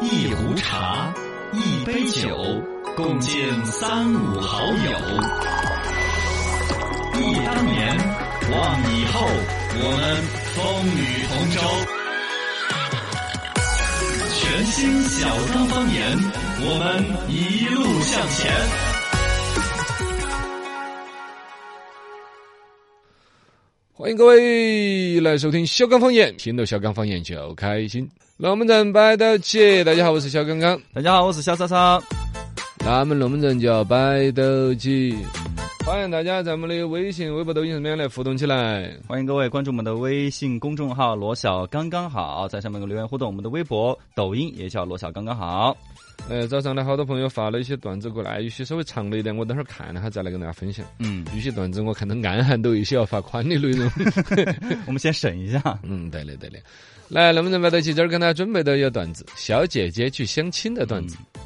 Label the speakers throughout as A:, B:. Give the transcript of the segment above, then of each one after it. A: 一壶茶，一杯酒，共敬三五好友。忆当年，望以后，我们风雨同舟。全新小刚方言，我们一路向前。
B: 欢迎各位来收听小刚方言，听到小刚方言就开心。龙门阵摆到起，大家好，我是小刚刚。
C: 大家好，我是小超超。
B: 咱们龙门阵就要摆到起，欢迎大家在我们的微信、微博、抖音上面来互动起来。
C: 欢迎各位关注我们的微信公众号“罗小刚刚好”，在上面留言互动。我们的微博、抖音也叫“罗小刚刚好
B: 呃，早上呢，好多朋友发了一些段子过来，有些稍微长了一点，我等会儿看了哈再来跟大家分享”。。
C: 嗯，
B: 有些段子我看到暗含都有一些要发宽的内容。
C: 我们先审一下。
B: 嗯，对的对的。来，能不能摆到起？今儿跟大家准备的一个段子，小姐姐去相亲的段子。
C: 嗯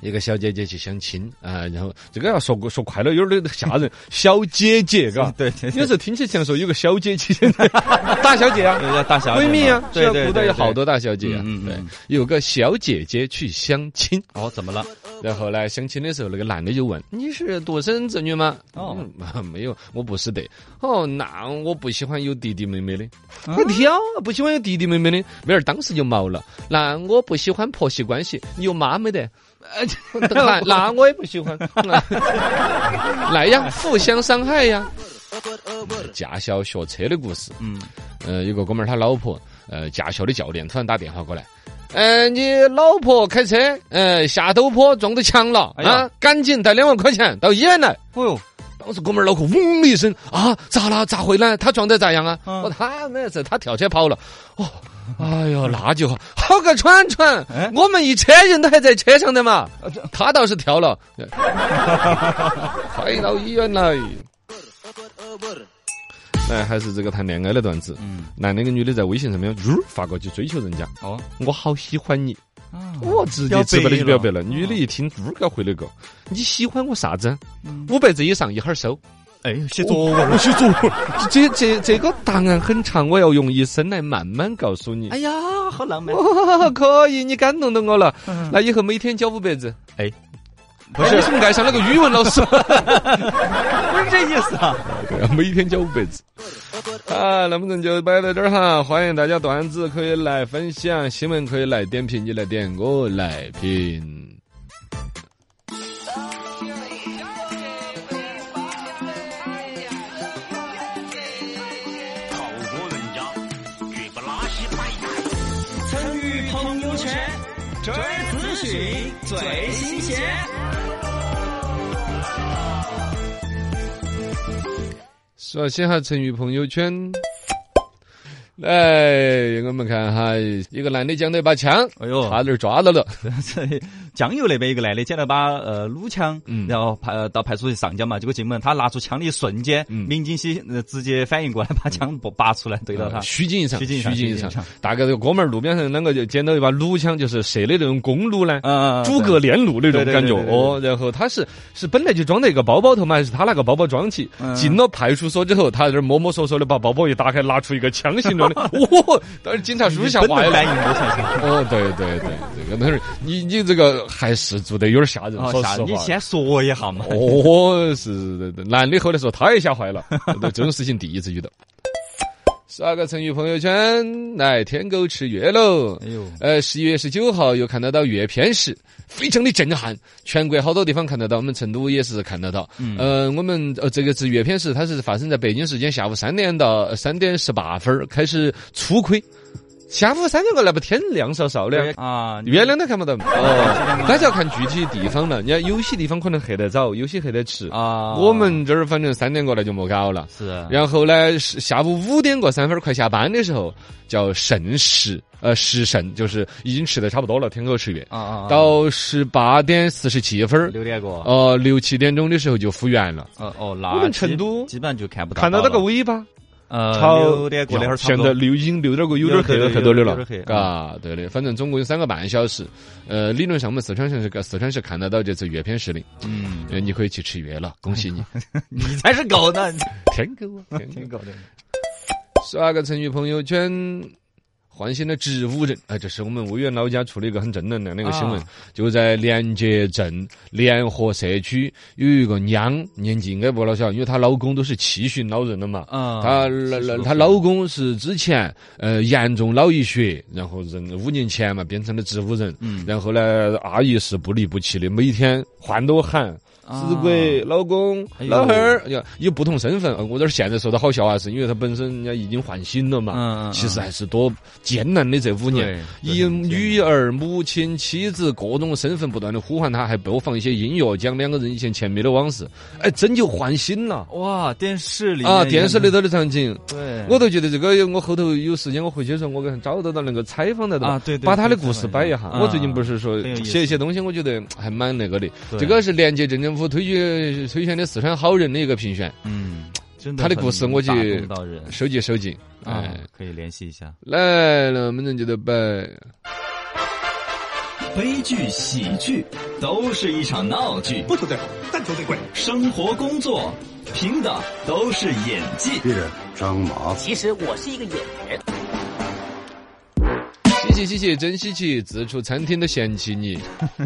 B: 一个小姐姐去相亲啊，然后这个要说说快了，有点儿吓人。小姐 姐，嘎，
C: 对，对
B: 有时候听起像说有个小姐姐， 大小姐啊，
C: 对叫大小姐
B: 闺
C: 嘛
B: 蜜啊，
C: 对
B: 是
C: 对，
B: 古代
C: 对
B: 有好。多大小姐啊
C: 嗯嗯，
B: 对
C: 嗯，
B: 有个小姐姐去相亲，
C: 对哦，怎么了？
B: 然后呢，相亲的时候，那个男的就问：“你是独生子女吗？”
C: 哦
B: 嗯， 没有，我不是的。哦，那我不喜欢有弟弟妹妹的，
C: 啊
B: 我挑不喜欢有弟弟妹妹的。妹儿当时就毛了。那我不喜欢婆媳关系，有妈没得？ 那那我也不喜欢。 来呀，互相伤害呀。驾校学车的故事。
C: 嗯，
B: 呃，有个哥们儿他老婆，呃，驾校的教练突然打电话过来，呃，你老婆开车，呃，下陡坡撞到墙了、
C: 哎
B: 啊
C: 呀，
B: 赶紧带两万块钱到医院来。
C: 哦呦，
B: 当时哥们儿脑壳嗡的一声啊，咋了？咋会呢？他撞得咋样啊？
C: 嗯
B: 哦，他没事，他跳车跑了。哦，哎呦，那就好，好个川川
C: 哎，啊
B: 我们一车人都还在车上的嘛，他倒是 跳了，快到医院来。哎，还是这个谈恋爱的段子。
C: 嗯，
B: 男的跟女的在微信上面呜发过去追求人家，
C: 哦，
B: 我好喜欢你，
C: 啊
B: 我直接直白的就哦表白了。女的
C: 哦
B: 一听呜该回了个，你喜欢我啥子？五百字以上一会儿收。
C: 哎，写
B: 作
C: 文，写作文。
B: 这这这个答案很长，我要用一生来慢慢告诉你。
C: 哎呀，好浪漫。
B: 哦， 可以，你感动到我了。
C: 嗯
B: 那以后每天交五百字。
C: 哎，
B: 不是，为什么爱上那个语文老师？
C: 不是这意思啊。
B: 每天交五百字。啊，能不能就摆到这儿哈？欢迎大家段子可以来分享，新闻可以来点评，你来点，我来评。
A: 好多人呀，绝不拉稀摆烂。
D: 参与朋友圈，这儿资讯最新鲜。
B: 说先哈成语朋友圈。来，我们看哈，一个男的讲了一把枪，
C: 哎呦，
B: 差点抓到了。
C: 江油那边一个男的捡了把呃弩枪，
B: 嗯
C: 然后派呃到派出所去上交嘛，结果进门，他拿出枪的一瞬间，
B: 嗯
C: 民警西呃直接反应过来，把枪拔拔出来对到他
B: 呃。虚惊一场，
C: 虚惊一场虚惊一场。
B: 大概这个哥们儿路边上啷个就捡到一把弩枪，就是射的那种公弩呢，
C: 嗯，嗯
B: 啊诸葛连弩那
C: 对
B: 种
C: 对
B: 感
C: 对
B: 觉
C: 对对对
B: 哦。然后他是是本来就装在一个包包头嘛，还是他那个包包装起？
C: 嗯
B: 进了派出所之后，他在这儿摸摸索索的把包包一打开，拿出一个枪形状的，哇！当时警察叔叔吓
C: 嗯本
B: 坏
C: 能
B: 了
C: 反。应过来。
B: 哦，对对对，这个那是你你这个还是做得有点吓人，
C: 哦
B: 说
C: 啥
B: 实
C: 你
B: 话。
C: 先说一下嘛。
B: 哦，是是是，男的后来说他也吓坏了，对这种事情第一次遇到。刷个成语朋友圈，来天狗吃月喽！
C: 哎呦，
B: 呃，十一月十九号又看得到阅片时，非常的震撼。全国好多地方看得到，我们成都也是看得到。
C: 嗯
B: 呃，我们呃这个是阅片时，它是发生在北京时间下午三点到呃三点十八分儿开始初窥。下午三点过来不天亮少少的，
C: 啊，
B: 月亮都看不到哦，那就要看具体地方了。你看有些地方可能黑得早，有些黑得迟。
C: 啊，
B: 我们这儿反正三点过来就莫搞了。
C: 是
B: 然后呢，是下午五点过三分儿快下班的时候叫盛时，呃，时辰就是已经吃的差不多了，天狗吃月。
C: 啊啊，
B: 到十八点四十七分儿，
C: 六点过。
B: 呃，六七点钟的时候就复原了，
C: 哦哦，那
B: 我们
C: 基
B: 成都
C: 基本上就看不到
B: 看到那个
C: 了
B: 尾巴。
C: 呃
B: 超
C: 六点过那会儿差
B: 现
C: 不
B: 在
C: 多。
B: 六已经六点过，有点黑了，黑
C: 有
B: 多
C: 点
B: 的
C: 黑
B: 了
C: 有点黑，啊
B: 嘎，对的，反正总共有三个半小时。呃，理论上我们四川省是四川是看得到这次阅片时的，
C: 嗯，
B: 呃，你可以去 吃月了，恭喜你，
C: 你才是狗 呢，
B: 天狗啊，天狗！
C: 狗的。
B: 刷个成语朋友圈，唤醒了植物人。哎，这是我们婺源老家出了一个很正能量的一个新闻，
C: 啊
B: 就在连接镇联合社区有一个娘，年纪应该不老小，因为她老公都是七旬老人了嘛。
C: 啊，
B: 她
C: 是
B: 老
C: 是
B: 她
C: 是
B: 老公是之前呃严重脑溢血，然后人五年前嘛变成了植物人，
C: 嗯
B: 然后呢阿姨是不离不弃的，每天唤都喊，死鬼、老公、
C: 啊哎呦
B: 老汉儿，有有不同身份。呃我这儿现在说的好笑啊，是因为他本身人家已经唤醒了嘛。
C: 嗯，
B: 其实还是多艰难的这五
C: 五
B: 年，以女儿、母亲、妻子各种身份不断的呼唤他，还播放一些音乐，讲两个人以前甜蜜的往事。哎，真就唤醒了
C: 哇，电视里
B: 啊！
C: 面
B: 电视里
C: 的，
B: 头的场景，
C: 对，
B: 我都觉得这个，我后头有时间我回去的时候，我可能找得到那个采访得到，
C: 啊对对
B: 把他的
C: 对
B: 故事
C: 采访
B: 摆
C: 一
B: 一
C: 下
B: 下。
C: 啊
B: 我最近不是说
C: 很有意思
B: 写一些东西，我觉得还蛮那个的。
C: 对
B: 这个是连接镇政府推举推选的四川好人的一个评选，
C: 嗯，真的
B: 他的
C: 很
B: 故事我
C: 打
B: 去
C: 动到人
B: 收集收集。
C: 啊
B: 哎，，
C: 可以联系一下。，
B: 来了，我们就得摆。
A: 悲剧、喜剧，都是一场闹剧。
E: 不求最好，但求最贵。
A: 生活、工作，凭的都是演技。
E: 别人张麻
F: 其实我是一个演员。
B: 稀奇稀奇，真稀奇！自助餐厅都嫌弃你。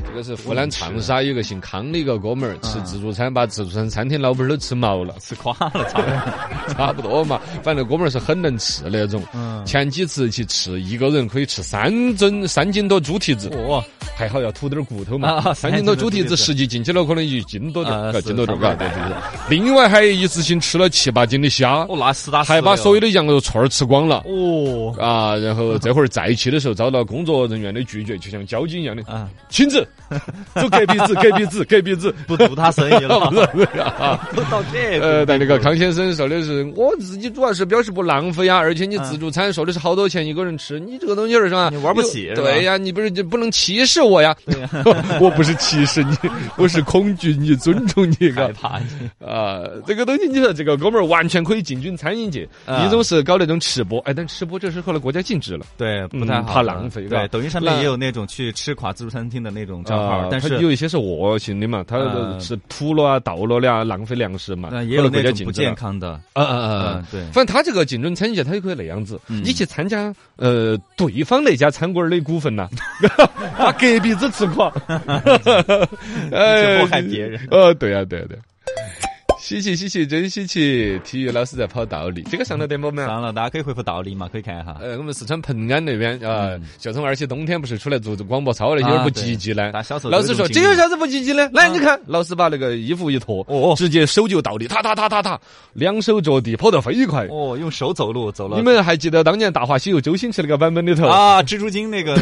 B: 这个是湖南长沙有个姓康的一个哥们儿，吃自助餐把自助餐餐厅老板儿都吃毛了
C: 吃垮了，差点。
B: 差不多嘛。反正哥们儿是很能吃那种。
C: 嗯，
B: 前几次去吃，一个人可以吃三斤三斤多猪蹄子，
C: 哇，
B: 哦还好要吐点儿骨头嘛。
C: 啊
B: 三斤多猪蹄
C: 三斤多猪蹄子
B: 子，实际进去了可能一斤多点
C: 啊
B: 儿，
C: 是
B: 斤多点儿，
C: 差
B: 嘎
C: 不多
B: 对对对。另外还一次性吃了七八斤的虾，
C: 我那实打实
B: 还把所有
C: 的
B: 的羊肉串儿吃光了。
C: 哦
B: 啊，然后这会儿再去的时候遭到工作人员的拒绝，就像交警一样的，
C: 啊，
B: 亲 自，走隔壁子，隔壁子，隔壁 子。
C: 不做他生意了，
B: 不是啊
C: 都到这
B: 呃，
C: 个
B: 但 那个康先生说的是，我自己主要是表示不浪费呀，啊而且你自助餐说的是好多钱一个人吃，你这个东西儿是吧？
C: 你玩不起
B: 有
C: 是吧
B: 对呀，你不是就不能歧视我呀？我不 是歧视你，我是恐惧你，尊重你，嘎
C: 害。怕你
B: 啊，这个东西你说这个哥们儿完全可以进军餐饮界，
C: 啊
B: 一种是搞那种吃播，哎，但吃播这是后来国家禁止了。
C: 对不太
B: 嗯
C: 好，
B: 怕浪费是
C: 对，
B: 吧
C: 抖音上面
B: 那
C: 也有那种去吃垮自助餐厅的那种账号
B: 啊，
C: 但
B: 它
C: 是
B: 有一些是恶性的嘛，它
C: 呃
B: 是吐了啊、倒了的啊，浪费粮食嘛，
C: 那也有
B: 后来
C: 那
B: 国家
C: 种
B: 禁
C: 不
B: 止了
C: 健。康的，
B: 啊啊啊！
C: 嗯
B: 啊，
C: 对
B: 反正他这个竞争餐饮界，他就可以那样子，
C: 嗯
B: 你去参加呃对方那家餐馆儿的股 份呐，把隔壁子吃垮，
C: 去
B: 哎，
C: 祸害别人。
B: 哦，对啊，对啊，对啊。稀奇稀奇，真稀奇！体育老师在跑道理，这个上了点播没有？
C: 当然了，大家可以回复道理嘛，可以看一下。
B: 呃，我们四川盆安那边啊
C: 嗯，
B: 小聪儿些冬天不是出来做做广播操那些
C: 啊
B: 有点不
C: 对
B: 积极呢
C: 大家小时候
B: 老
C: 都
B: 师
C: 有
B: 说
C: 种
B: 这
C: 经历
B: 有啥子不积极
C: 啊
B: 呢？来，你看，老师把那个衣服一脱，
C: 哦
B: 直接手就倒地，踏踏踏踏踏，两手着地，跑得飞 快。
C: 哦，用手走路走了。
B: 你们还记得当年《大话西游》周星驰那个版本里头？
C: 啊，蜘蛛精那 个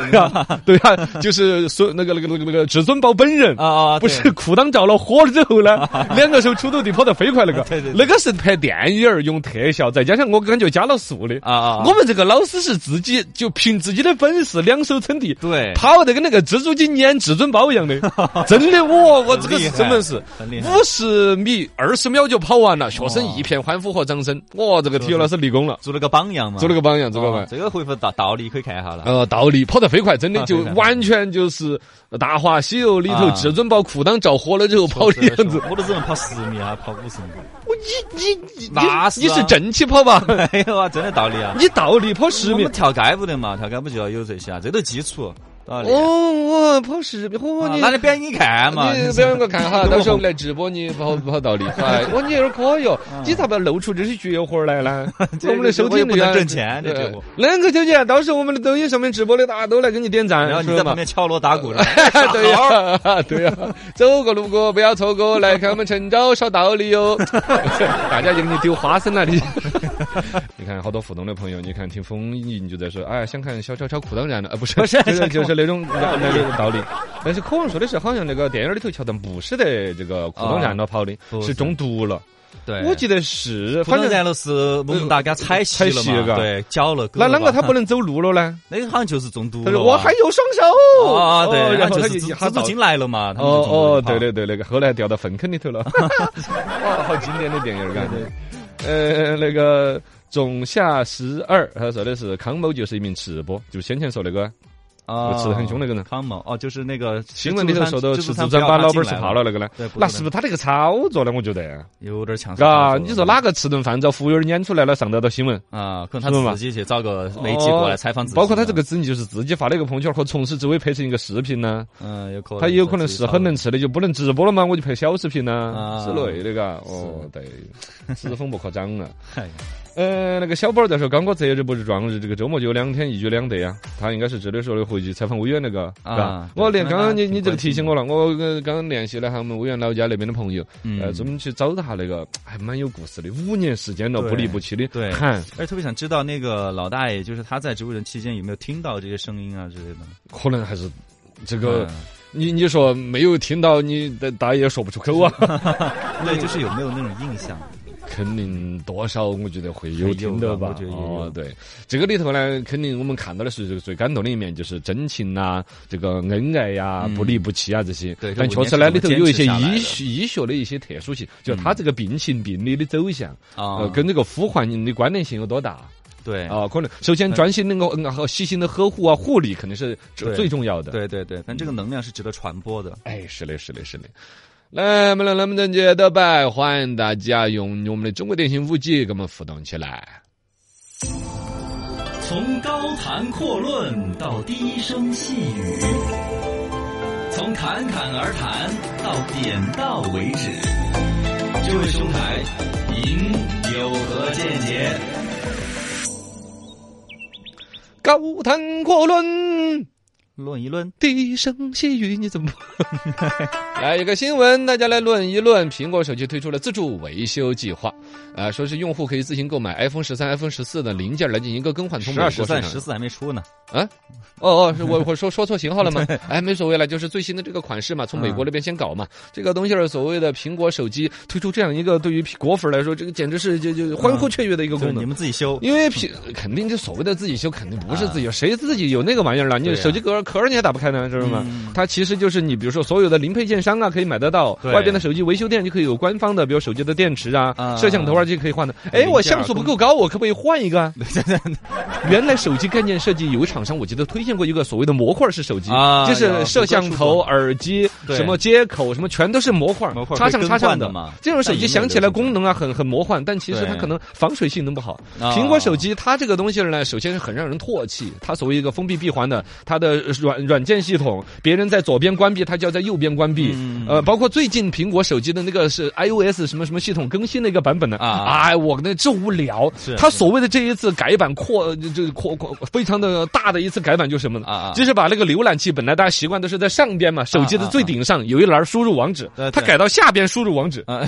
B: 对啊，就是孙那个那个那个那个至尊宝本人
C: 啊啊，
B: 不
C: 对
B: 是裤裆着了火之后呢，两个手杵着地跑得飞快那个
C: 对对，对
B: 那个是拍电影儿用特效，再加上我感觉加了速的
C: 啊啊，啊
B: 我们这个老师是自己就凭自己的本事两手撑地，
C: 对
B: 跑得跟那个蜘蛛精撵至尊宝一样的，真的，我我这
C: 很
B: 个是
C: 厉害
B: 真本事，
C: 很厉害
B: 五十米二十秒就跑完了，学生一片欢呼和掌声，哇，这个体育老师立功了，
C: 做了个榜样嘛，
B: 做了个榜样，做了个
C: 哦
B: 榜样。
C: 这个回复道道理可以看一下 了。
B: 呃，道理跑得飞快，真的
C: 啊
B: 就
C: 飞快
B: 完全就是《大话西游》里头
C: 啊
B: 至尊宝裤裆着火了之后跑的样子。
C: 我都只能跑十米啊，跑五十米。
B: 我你你你
C: 那是啊
B: 你是正气跑吧？
C: 没有啊，真的道理啊。
B: 你道理跑十
C: 我
B: 米
C: 们，跳街舞的嘛，跳街舞就要有这些啊，这都基础道理。
B: 哦，我跑十米，嚯
C: 啊
B: 你
C: 拿来表演给你看嘛。
B: 你表演我看哈，到时候我们来直播你跑不跑道理？哎，我你有点可以哦，你咋不露出这些绝活儿来 呢？
C: 这
B: 我们的收听
C: 我也不
B: 率啊
C: 能挣钱这
B: 对
C: 节目
B: 啷个挣钱？到时候我们的抖音上面直播的大家都来给你点赞，
C: 然后你
B: 是
C: 在
B: 吧
C: 旁边敲锣打 鼓的，
B: 对呀、 对呀、走过路过不要错过，来看我们陈州说道理 哟。大家就给你丢花生了，你。 你看好多互动的朋友，你看听风音就在说，哎，想看小超超裤裆燃了，呃，不是，不是，就是就是那种那种道理。但是可能说的是，好像那个电影里头桥段不是得这个裤裆燃了跑的，
C: 不是
B: 是中毒了。
C: 对，
B: 我记得是，
C: 反
B: 反
C: 正
B: 正
C: 然了是我们大家踩稀了
B: 踩稀了
C: 嘛，
B: 嘎
C: 对，搅了。
B: 那
C: 那
B: 啷个他不？能走路了呢？
C: 那个好像就是中毒
B: 他
C: 了啊
B: 说
C: 吧。
B: 我还有双手
C: 啊，对，
B: 哦然
C: 然
B: 后
C: 后
B: 他
C: 就
B: 就是一
C: 蜘
B: 下
C: 蛛
B: 倒
C: 精来了嘛，他们就中国
B: 哦哦，
C: 人
B: 对
C: 跑
B: 对对，那个后来掉到粪坑里 头了，哇，好经典的电影儿感觉。呃，那个仲夏十二，他说的是康某就是一名吃播，就先前说那个
C: 啊，
B: 我吃的很凶那个人。
C: 康某哦，就是那个
B: 新闻里头说到吃猪三把老板吃怕了那个呢
C: 对，不
B: 那
C: 是
B: 是不是他那个炒作呢？我觉得，
C: 有点强势
B: 啊，你说哪个吃顿饭遭服务员撵出来了，上得到新闻？
C: 啊？可能
B: 是
C: 他
B: 吗
C: 自己去找个媒体过来采访自己，
B: 包括他这个，子女就是自己发了一个朋友圈，或从此之为拍成一个视频呢。
C: 嗯，有可能
B: 他也有可能是很能
C: 自
B: 吃的，就不能直播了嘛，我就拍小视频
C: 啊
B: 呐之类的，嘎。哦，对， 此风不可长啊。
C: 己找的。
B: 呃，那个小宝儿在说，刚过节日不是撞日，这个周末就有两天一举两得呀。他应该是指的说的回去采访委员那个，
C: 啊
B: 嘎
C: 对
B: 我连
C: 可能他
B: 刚刚你
C: 挺
B: 你这
C: 关
B: 个提
C: 心
B: 醒我了，我呃刚刚联系了下我们委员老家那边的朋友，
C: 嗯
B: 呃，专门去找他那个，还蛮有故事的，五年时间了，
C: 对
B: 不离不弃的
C: 对
B: 喊，
C: 而且特别想知道那个老大爷，就是他在植物人期间有没有听到这些声音啊之类的？
B: 可能还是这
C: 嗯
B: 个，你你说没有听到，你的大爷说不出口啊。
C: 对，就是有没有那种印象？
B: 肯定多少，我觉得会有听到吧。
C: 会有的我觉得也有
B: 哦，对，这个里头呢，肯定我们看到的是这个最感动的一面，就是真情呐、这个恩爱呀、
C: 嗯
B: 不离不弃啊这些。
C: 对这
B: 但
C: 五年
B: 确实呢，
C: 是
B: 里
C: 我
B: 头
C: 们
B: 有一
C: 坚持
B: 些
C: 下来
B: 医
C: 的嗯
B: 学医学的一些特殊性，就是他这个病情病理的走向，
C: 啊
B: 呃，跟这个呼唤的关联性有多大。
C: 哦对
B: 啊，可能首先专心能够嗯和细心的呵护啊护理，肯定是最
C: 对
B: 最重要的。
C: 对对对，但这个能量是值得传播的。
B: 哎，是嘞，是嘞，是嘞。来，我们来，我们的节的拜，欢迎大家用我们的中国电信五 G 跟我们互动起来。
A: 从高谈阔论到低声细语，从侃侃而谈到点到为止。这位兄台，您有何见解？
B: 高谈阔论，
C: 论一论，
B: 低声细语，你怎么不？来一个新闻，大家来论一论。苹果手机推出了自助维修计划，啊、说是用户可以自行购买 iPhone 十三、iPhone 十四的零件来进行一个更换。通
C: 十
B: 过
C: 二、
B: 美国
C: 十
B: 市
C: 三、
B: 场
C: 十四还没出呢。
B: 哦哦，是我我说说 错型号了吗？哎，没所谓了，就是最新的这个款式嘛，
C: 嗯
B: 从美国那边先搞嘛。这个东西儿，所谓的苹果手机推出这样一个对于苹果粉儿来说，这个简直是就就欢呼雀跃的一个
C: 就是
B: 功
C: 你
B: 能。
C: 们自己修，啊
B: 因为苹肯定这所谓的自己修，肯定不是自己修，谁自己有那个玩意儿了？
C: 对
B: 你
C: 呀
B: 手机壳壳儿你还打不开呢，是不是嘛？
C: 嗯
B: 它其实就是你，比如说所有的零配件商啊，可以买得到，
C: 对
B: 外边的手机维修店就可以有官方的，比如手机的电池啊、
C: 啊
B: 摄像头啊这些可以换的。
C: 零
B: 哎，
C: 件
B: 我像素不够高，我可不可以换一个 啊？原来手机概念设计有厂商，我记得推荐过一个所谓的模块式手机，
C: 啊
B: 就是摄像头、
C: 有
B: 耳机、
C: 对
B: 什么接口、什么全都是模块，
C: 模块
B: 插上
C: 会更
B: 插上
C: 换的嘛
B: 这种手机想起来功能啊很很魔幻，但其实它
C: 对
B: 可能防水性能不好。
C: 啊
B: 苹果手机它这个东西呢，首先是很让人唾弃，它所谓一个封闭闭环的，它的软软件系统，别人在左边关闭，它就要在右边关闭。
C: 嗯
B: 呃，包括最近苹果手机的那个是呃 iOS 什么什么系统更新的一个版本呢？
C: 啊
B: 哎，我那这无聊
C: 是。
B: 它所谓的这一次改版扩，这扩扩非常的大的一次改版就是什么呢？
C: 啊啊
B: 就是把那个浏览器本来大家习惯都是在上边嘛，手机的最顶上有一栏输入网址
C: 啊对对，
B: 它改到下边输入网址，
C: 啊，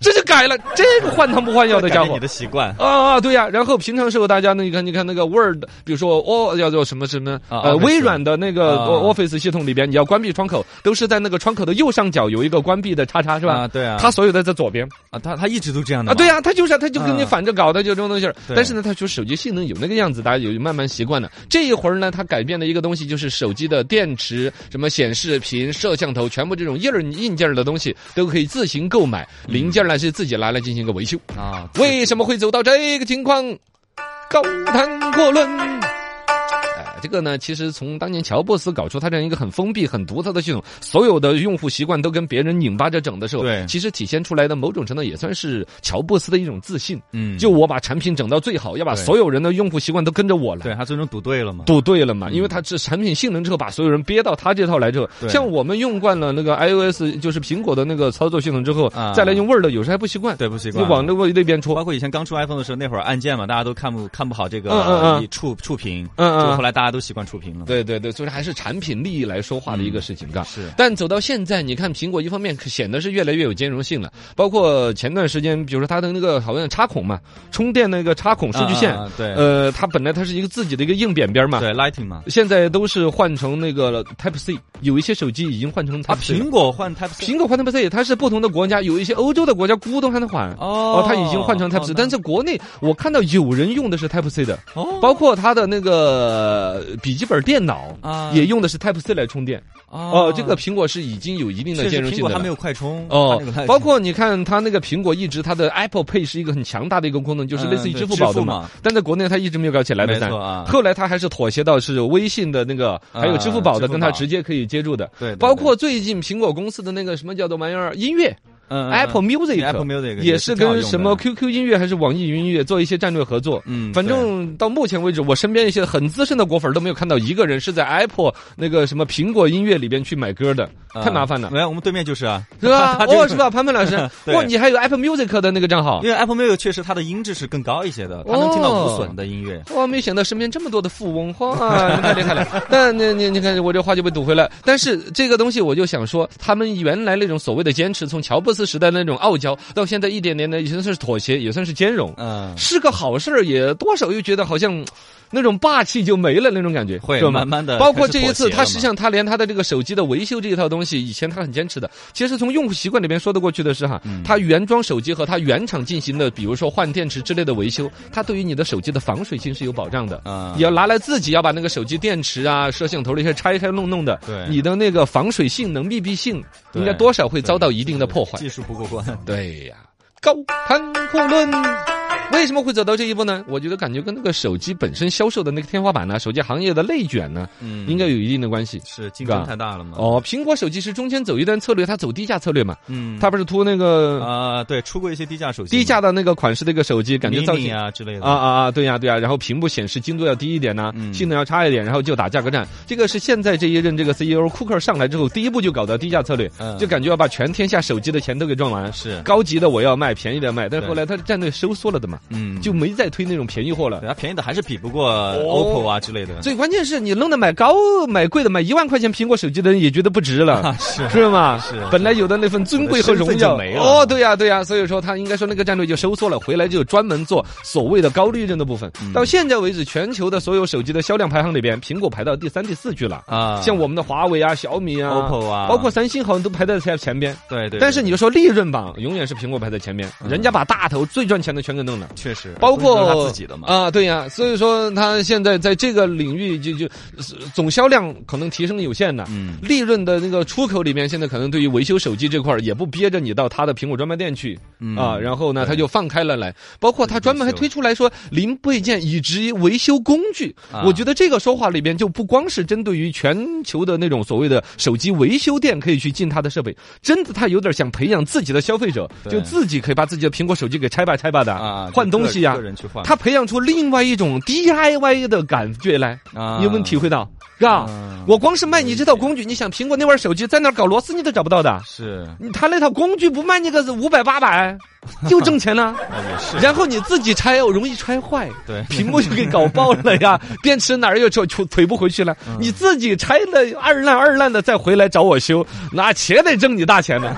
B: 这就改了，这个换汤不换药的家
C: 改变
B: 伙
C: 你。的习惯
B: 啊啊，对呀、然后平常时候大家呢，你看，你看那个 Word，比如说哦，叫做什么什么，
C: 啊
B: 呃，
C: Office
B: 微软的那个
C: 啊
B: Office 系统里边，你要关闭窗口，都是在那个窗口的右上角有一个关闭的叉叉，是吧？
C: 啊对啊，
B: 它所有的在左边
C: 啊他他一直都这样的
B: 啊，对
C: 呀，
B: 呀、它就是啊它就跟你
C: 啊
B: 反着搞的，就这种东西儿。
C: 对
B: 但是呢，它说手机性能有那个样子，大家有慢慢习惯了。这一会儿呢，它改变了一个东西，就是手机的电池、什么显示屏、摄像头，全部这种硬儿硬件儿的东西都可以自行购买，零件儿呢是自己拿来进行一个维修。
C: 啊，
B: 为什么会走到这个情况？高谈阔论。哎，这个呢，其实从当年乔布斯搞出他这样一个很封闭、很独特的系统，所有的用户习惯都跟别人拧巴着整的时候，
C: 对
B: 其实体现出来的某种程度也算是乔布斯的一种自信。
C: 嗯，
B: 就我把产品整到最好，要把
C: 对
B: 所有人的用户习惯都跟着我来。
C: 对他最终赌对了嘛，
B: 赌对了嘛，因为它这产品性能之后，把所有人憋到它这套来之后
C: 对，
B: 像我们用惯了那个 iOS，就是苹果的那个操作系统之后
C: 啊，
B: 再来用 Word，有时候还不习惯，
C: 对不习
B: 就
C: 惯了，
B: 往那个那边戳。
C: 包括以前刚出 iPhone 的时候，那会儿按键嘛，大家都看不看不好这个
B: 嗯嗯嗯
C: 一触触屏，
B: 嗯嗯
C: 就后来大家都习惯触屏了。
B: 对对对，所以还是产品利益来说话的一个事情，嘎、
C: 嗯是
B: 但走到现在，你看苹果一方面可显得是越来越有兼容性了，包括前段时间，比如说它的那个好像插孔嘛，充电那个插孔数据线，
C: 啊啊啊对
B: 呃，它本来它是一个自己的一个硬扁边嘛，
C: 对，Lighting 嘛，
B: 现在都是换成那个 Type C，有一些手机已经换成
C: 啊，
B: Type C 了。
C: 苹果换 Type C，
B: 苹果换 Type C，它是不同的国家，有一些欧洲的国家咕咚还能换
C: 哦
B: 它已经换成 Type
C: 哦
B: C，
C: 那
B: 但是国内我看到有人用的是 Type C 的，
C: 哦
B: 包括它的那个呃笔记本电脑
C: 啊
B: 也用的是 Type C 来充电。
C: 哦
B: 哦，这个苹果是已经有一定的
C: 确
B: 兼
C: 实
B: 容
C: 苹
B: 性
C: 果
B: 的
C: 还没
B: 了。
C: 有快充
B: 哦
C: 它那个，
B: 包括你看它那个苹果一直它的 Apple Pay 是一个很强大的一个功能，就是类似于
C: 嗯对
B: 支付宝
C: 支
B: 的
C: 付
B: 嘛
C: 嘛。
B: 但在国内它一直没有搞起来
C: 没
B: 的噻
C: 错。啊，
B: 后来它还是妥协到是微信的那个，还有支付宝
C: 啊
B: 的，跟它
C: 支付宝
B: 直接可以接入的。
C: 对对
B: 包括最近苹果公司的那个什么叫做玩意儿音乐
C: 嗯嗯嗯
B: Apple Music
C: Apple Music
B: 也是跟什么
C: 挺好用的
B: QQ 音乐还是网易云音乐做一些战略合作。
C: 嗯
B: 反正到目前为止，我身边一些很资深的果粉都没有看到一个人是在 Apple 那个什么苹果音乐里边去买歌的，
C: 啊
B: 太麻烦了。
C: 没有，我们对面就是啊，
B: 是吧？
C: 他就
B: 哦，是吧，潘潘老师，
C: 对
B: 哇，你还有 Apple Music 的那个账号
C: 因，为 Apple Music 确实它的音质是更高一些的，它能听到
B: 哦
C: 无损的音乐。
B: 哇，没想到身边这么多的富翁，哇，你太厉害了。 但你你你看，我这话就被堵回来。但是这个东西，我就想说，他们原来那种所谓的坚持，从乔布斯时代那种傲娇，到现在一点点的，也算是妥协，也算是兼容。
C: 嗯，
B: 是个好事儿，也多少又觉得好像那种霸气就没了那种感觉，
C: 会
B: 是吧
C: 慢慢地
B: 包括
C: 呃开始
B: 这一
C: 妥
B: 次，
C: 协
B: 他
C: 了
B: 实际
C: 嘛
B: 上他连他的这个手机的维修这一套东西，以前他很坚持的。其实从用户习惯里边说得过去的是哈，
C: 嗯
B: 他原装手机和他原厂进行的，比如说换电池之类的维修，它对于你的手机的防水性是有保障的。
C: 嗯
B: 你要拿来自己要把那个手机电池啊、摄像头的一些拆开弄弄的，
C: 对
B: 你的那个防水性能、密闭性，应该
C: 对
B: 多少会遭到一定的破坏。
C: 技术不过关。
B: 对呀、高谈阔论。为什么会走到这一步呢？我觉得感觉跟那个手机本身销售的那个天花板呢、手机行业的内卷呢，
C: 嗯
B: 应该有一定的关系。
C: 是竞争太大了嘛？
B: 哦，苹果手机是中间走一段策略，它走低价策略嘛，
C: 嗯，
B: 它不是出那个
C: 啊，对，出过一些低价手机嘛，
B: 低价的那个款式的一个手机，感觉造
C: Mini
B: 型。
C: 啊之类的
B: 啊啊啊！对呀、对呀、然后屏幕显示精度要低一点呐、
C: 嗯
B: 性能要差一点，然后就打价格战。这个是现在这一任这个 E CEO Cooker 上来之后，第一步就搞到低价策略，
C: 嗯
B: 就感觉要把全天下手机的钱都给赚完。
C: 是
B: 高级的我要卖，便宜的卖，但是
C: 对
B: 后来它的战略收缩了的嘛，
C: 嗯，
B: 就没再推那种便宜货了。
C: 对它便宜的还是比不过 OPPO 啊之类的。
B: 哦最关键是你弄得买高买贵的，买一万块钱苹果手机的人也觉得不值了，是是吗？
C: 是
B: 本来有的那份尊贵和荣
C: 身份
B: 耀
C: 就没了
B: 哦，对呀、对呀、所以说他应该说那个战略就收缩了，回来就专门做所谓的高利润的部分。
C: 嗯
B: 到现在为止，全球的所有手机的销量排行里边，苹果排到第三、第四去了。
C: 啊，
B: 像我们的华为啊、小米啊、
C: OPPO 啊
B: 包括三星好像都排在前前边。
C: 对嗯对，
B: 但是
C: 对
B: 你就说利润榜，永远是苹果排在前面，人家把大头最赚钱的全给弄了。
C: 确实
B: 包括
C: 不是他自己的嘛，
B: 啊，对呀、所以说他现在在这个领域就就总销量可能提升有限的，
C: 嗯
B: 利润的那个出口里面，现在可能对于维修手机这块儿也不憋着你到他的苹果专卖店去
C: 嗯
B: 啊，然后呢他就放开了来，包括他专门还推出来说零部件以及维修工具，
C: 啊
B: 我觉得这个说话里边就不光是针对于全球的那种所谓的手机维修店可以去进他的设备，真的他有点想培养自己的消费者，
C: 对
B: 就自己可以把自己的苹果手机给拆吧拆吧的
C: 啊
B: 换东西呀、
C: 个人去换
B: 他培养出另外一种 DIY 的感觉来，
C: 啊
B: 你有没有体会到？是吧？
C: 嗯
B: 我光是卖你这套工具，你想苹果那玩意儿手机在那儿搞螺丝你都找不到的，
C: 是
B: 你他那套工具不卖你个五百 八百，就挣钱了。
C: 啊也是
B: 然后你自己拆又容易拆坏，
C: 对
B: 屏幕就给搞爆了 呀，电池哪儿又就就推不回去了，
C: 嗯
B: 你自己拆了二烂二烂的再回来找我修，那且得挣你大钱 呢。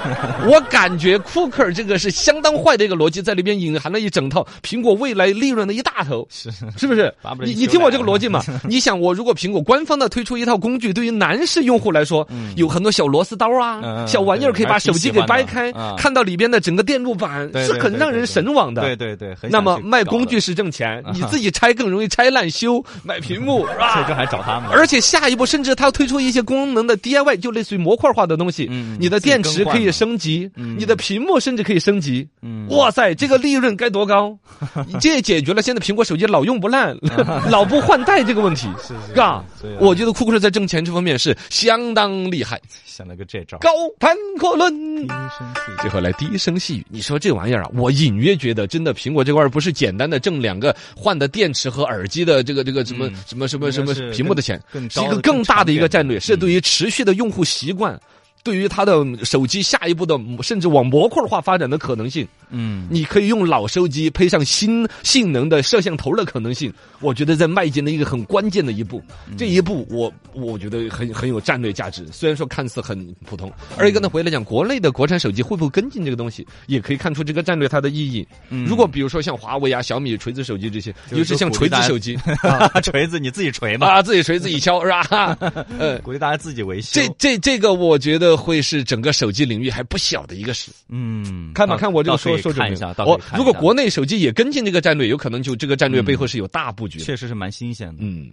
B: 我感觉库克这个是相当坏的一个逻辑，在里边隐含了一整套苹果未来利润的一大头，是是不是
C: 巴不？得
B: 你
C: 一
B: 你
C: 修
B: 听我
C: 改
B: 这个
C: 了
B: 逻辑 嘛，你想我如果苹果官方的推出一套工具，对于男士用户来说，有很多小螺丝刀啊、
C: 嗯
B: 小玩意儿可以把
C: 还挺
B: 手机
C: 喜
B: 给
C: 欢的
B: 掰开
C: 啊，
B: 看到里边的整个电路板，
C: 对
B: 是
C: 对
B: 很
C: 对
B: 让
C: 对
B: 人
C: 对
B: 神往的。
C: 对对对，很
B: 那
C: 想
B: 么
C: 去
B: 卖
C: 搞
B: 工
C: 的啊
B: 具是挣钱，你自己拆更容易拆烂修，买屏幕是
C: 嗯这
B: 吧？
C: 个还找他们，
B: 啊而且下一步甚至它要推出一些功能的 DIY，就类似于模块化的东西
C: 嗯。
B: 你的
C: 自己
B: 电
C: 更
B: 池可
C: 换
B: 以
C: 嘛
B: 升级，
C: 嗯
B: 你的屏幕甚至可以升级。
C: 嗯
B: 哇塞，这个利润该多高！这也解决了现在苹果手机老用 不烂、老不换代这个问题，是
C: 是啊
B: 吧
C: 所以？
B: 我觉得库克在挣钱这方面是相当厉害，
C: 想了个这招，
B: 高谈阔论
C: 低。声细
B: 最后来低声细语，你说这玩意儿啊，我隐约觉得，真的苹果这块儿不是简单的挣两个换的电池和耳机的这个这个什么、什么什么什么
C: 嗯应该是
B: 屏幕的钱，
C: 更更高
B: 是一
C: 的嗯
B: 个更大的一个
C: 更
B: 战略，是对于持续的用户习惯。对于它的手机下一步的，甚至往模块化发展的可能性，
C: 嗯，
B: 你可以用老手机配上新性能的摄像头的可能性，我觉得在迈进了一个很关键的一步。
C: 嗯
B: 这一步我我觉得很很有战略价值，虽然说看似很普通。而一个呢，回来讲国内的国产手机会不会跟进这个东西，也可以看出这个战略它的意义。如果比如说像华为啊、小米、锤子手机这些，
C: 嗯就是
B: 尤其像锤子手 机
C: 锤子你自己锤吧，
B: 啊，自己锤自己敲是 吧？呃，
C: 鼓励大家自己维修
B: 这。这这个我觉得会是整个手机领域还不小的一个事。
C: 嗯，
B: 看吧，
C: 到
B: 看我这
C: 到
B: 个
C: 时候
B: 说
C: 也
B: 说准
C: 看
B: 没
C: 一
B: 有
C: 下，到时候
B: 哦
C: 也看，一
B: 如果
C: 下嗯
B: 国内手机也跟进这个战略，有可能就这个战略背后是有大布局的。
C: 确实是蛮新鲜的。
B: 嗯。